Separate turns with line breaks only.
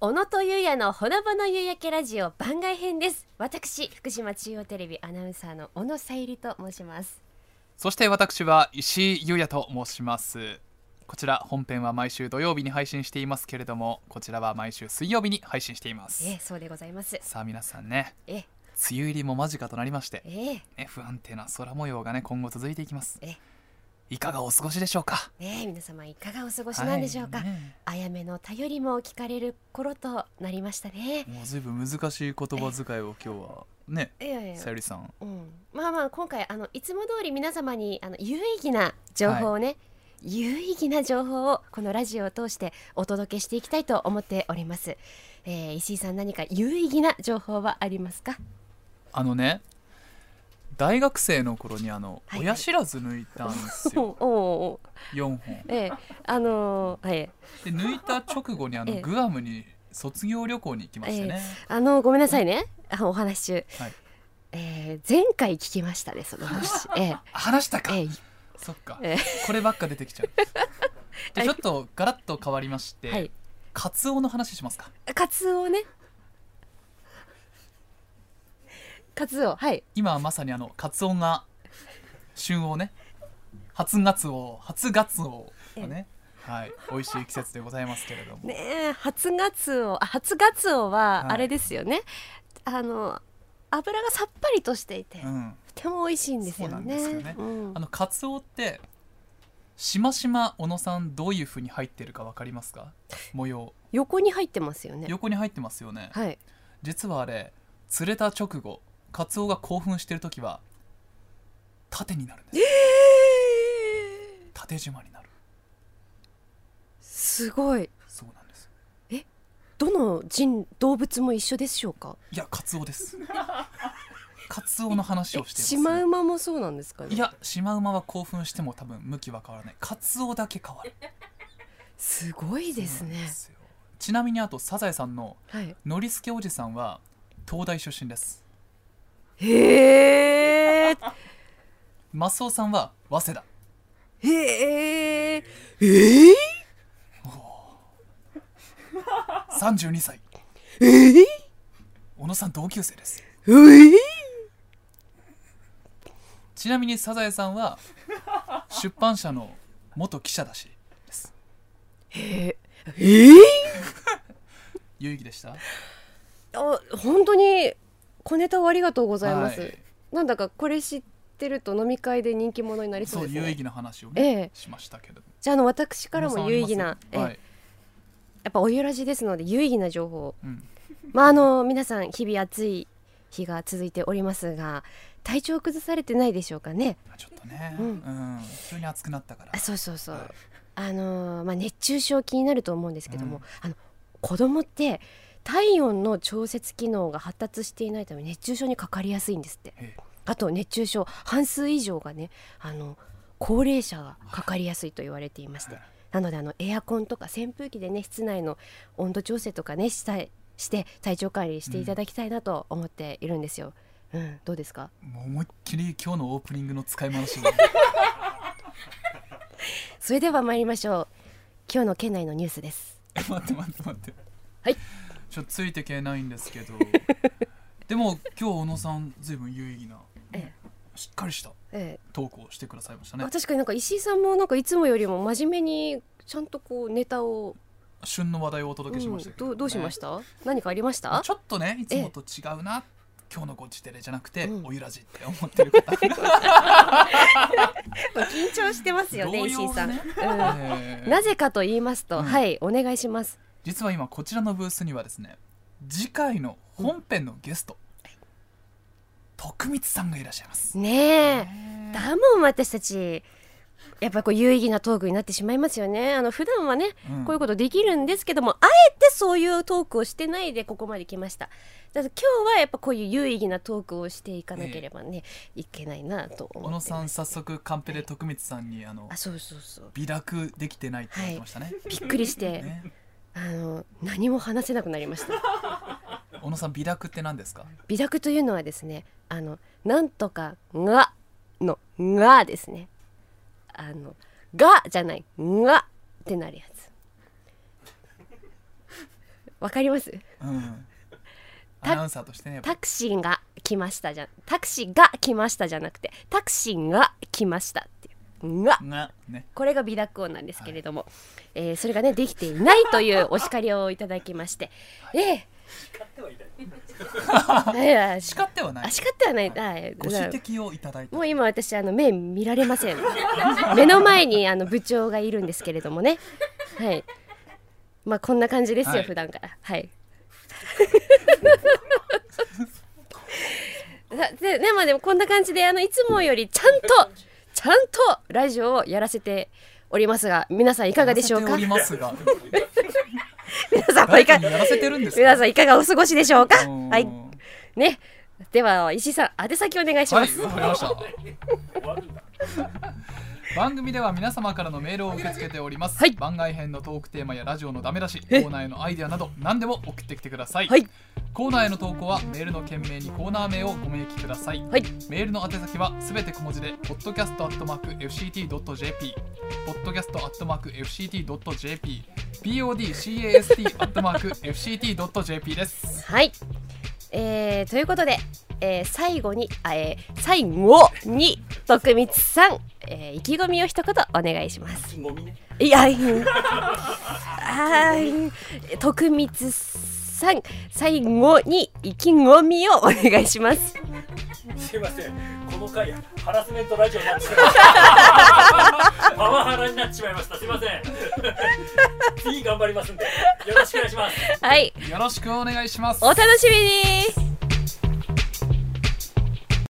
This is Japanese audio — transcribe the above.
小野とゆうやのほのぼの夕焼けラジオ番外編です私福島中央テレビアナウンサーの小野さゆりと申します
そして私は石井優也と申しますこちら本編は毎週土曜日に配信していますけれどもこちらは毎週水曜日に配信しています
ええそうでございます
さあ皆さんね
ええ
梅雨入りも間近となりまして、
ええ
ね、不安定な空模様がね今後続いていきます
え
いかがお過ごしでしょうか
ねえ皆様いかがお過ごしなんでしょうか、
はいね
あやめの頼りも聞かれる頃となりましたね
もうずいぶん難しい言葉遣いを今日はね
いやいや
さゆりさん
うん、まあまあ今回あのいつも通り皆様にあの有意義な情報をね、有意義な情報をこのラジオを通してお届けしていきたいと思っております、えー、石井さん何か有意義な情報はありますか
あのね大学生の頃にあの
はいはい
親知らず抜いたんです
お
よ、
おお
4本
ええあのーはい
で抜いた直後にあ
え
の
え
グアムに卒業旅行に行きましてね、
あのごめんなさいねあお話し中、
はい
えー前回聞きましたねその 話ええ
話したか、
ええ
そっか、
ええ
こればっか出てきちゃうじゃあちょっとガラッと変わりまして、
はい
カツオの話しますか
カツオねカツオはい
今まさにあのカツオが旬をね初ガツオ初ガツオがね、はい、美味しい季節でございますけれども、
ねえ初ガツオあ初ガツオは
はい
あれですよね、あの油がさっぱりとしていて、
う
と
ん、
ても美味しいんですよね
そうなんですよね
うん
あのカツオってしましま小野さんどういう風に入ってるかわかりますか模様
横に入ってますよね
横に入ってますよね、
はい
実はあれ釣れた直後カツオが興奮してる時は縦になるんです縦じまになる
すごい
そうなんです
どの人動物も一緒でしょうか
いやカツオですカツオの話をしてい
シ
ま
マ
す
ウマもそうなんですかね
いやシマウマは興奮しても多分向きは変わらないカツオだけ変わる
すごいです
そうなん
ね
ですよちなみにあとサザエさんの
はい
ノリスケおじさんは東大出身です
へえ
マスオさんは早稲田
へえええ
32歳
ええ
小野さん同級生です
ええ
ちなみにサザエさんは出版社の元記者だしです
ええ
有意義でした
あ本当に小ネタをありがとうございます、
はい
なんだかこれ知ってると飲み会で人気者になりそ
そうう
ですね
有意義な話を、
え
ね
え
しましたけれども
じゃああの私から
小野さ
も
んあ
有
り
意
ます
義な、ええ
はい
やっぱおゆらじですので有意義な情報
うん、
まああの皆さん日々暑い日が続いておりますが体調崩されてないでしょうかね
ちょっとね、う
うん
ん急に暑くなったから
あそうそうそう、
はい
あのーまあ、熱中症気になると思うんですけども、
うん
あの子供って体温の調節機能が発達していないため熱中症にかかりやすいんですって
ええ
あと熱中症半数以上がねあの高齢者がかかりやすいと言われていまして、
はい
なのであのエアコンとか扇風機でね室内の温度調整とかねしたいして体調管理していただきたいなと思っているんですよ。うん、どうですか
もう思いっきり今日のオープニングの使い回し を
それでは参りましょう今日の県内のニュースです。
待って待って待って
はい
ちょっとついていけないんですけどでも今日小野さんずいぶん有意義な、
え
しっかりした
ええ
投稿をしてくださいましたね
あ確かになんか石井さんもなんかいつもよりも真面目にちゃんとこうネタを、
旬の話題をお届けしましたけ
ど
ど,、
うどうしました、何かありました
まあちょっとねいつもと違うな今日の「ゴチテレ」じゃなくて、
うん
おゆらじって思ってる方
緊張してますよね
動揺
石井さん、
ね
う
え
ん、
ー
なぜかと言いますと、
うん
はいお願いします
実は今こちらのブースにはですね次回の本編のゲスト、徳光さんがいらっしゃいます。
ねえだもん私たちやっぱこう有意義なトークになってしまいますよねあの普段はね
うん
こういうことできるんですけども、あえてそういうトークをしてないでここまで来ました。だから今日はやっぱこういう有意義なトークをしていかなければね、いけないなと思って
小野さ
ま
ん
す
早速カンペで徳光さんにあの
あそうそうそう
微落できてないって言ってましたね,、
びっくりして、
ね
あの何も話せなくなりました。
小野さん微落って何ですか
微濁というのはですねあのなんとかがのがですねあのがじゃないがってなるやつわかります
うん、
た
アナウンサーとしてね
タクシーが来ましたじゃんタクシーが来ましたじゃなくてタクシーが来ましたっていうが
がね
これが美濁音なんですけれども、えーそれがねできていないというお叱りをいただきまして、ええいやいや
叱ってはない
あ叱ってはない、はい
ご指摘をいただいた
もう今私あの目見られません 目の前にあの部長がいるんですけれどもねはいまあこんな感じですよ、
はい
普段からはい さででもでもこんな感じであのいつもよりちゃんとちゃんとラジオをやらせておりますが皆さんいかがでしょう
や
から
せておりますが
皆さんはいか
誰かにやらせてるんですか
皆さんいかがお過ごしでしょうか
うん
はいねでは石井さん宛先お願いし
は
ま
い、
す、
わかりました。番組では皆様からのメールを受け付けております、
はい
番外編のトークテーマやラジオのダメ出しコ
え
ーナーへのアイデアなど何でも送ってきてください、
はい
コーナーへの投稿はメールの件名にコーナー名をご明記ください、
はい
メールの宛先はすべて小文字で podcast.fct.jp podcast.fct.jp podcast.fct.jp です
はい、えー、ということで、えー、最後に、あえー、最後に徳光さん、えー、意気込みを一言お願いします。
ゴミね。
いや、うんあー徳光さん、最後に意気込みをお願いします。
すいません。この回ハラスメントラジオになってしまいました。パワハラになってしまいました。すいません。次頑張りますんでよろしくお願いします。
はい、
よろしくお願いします
お楽しみに。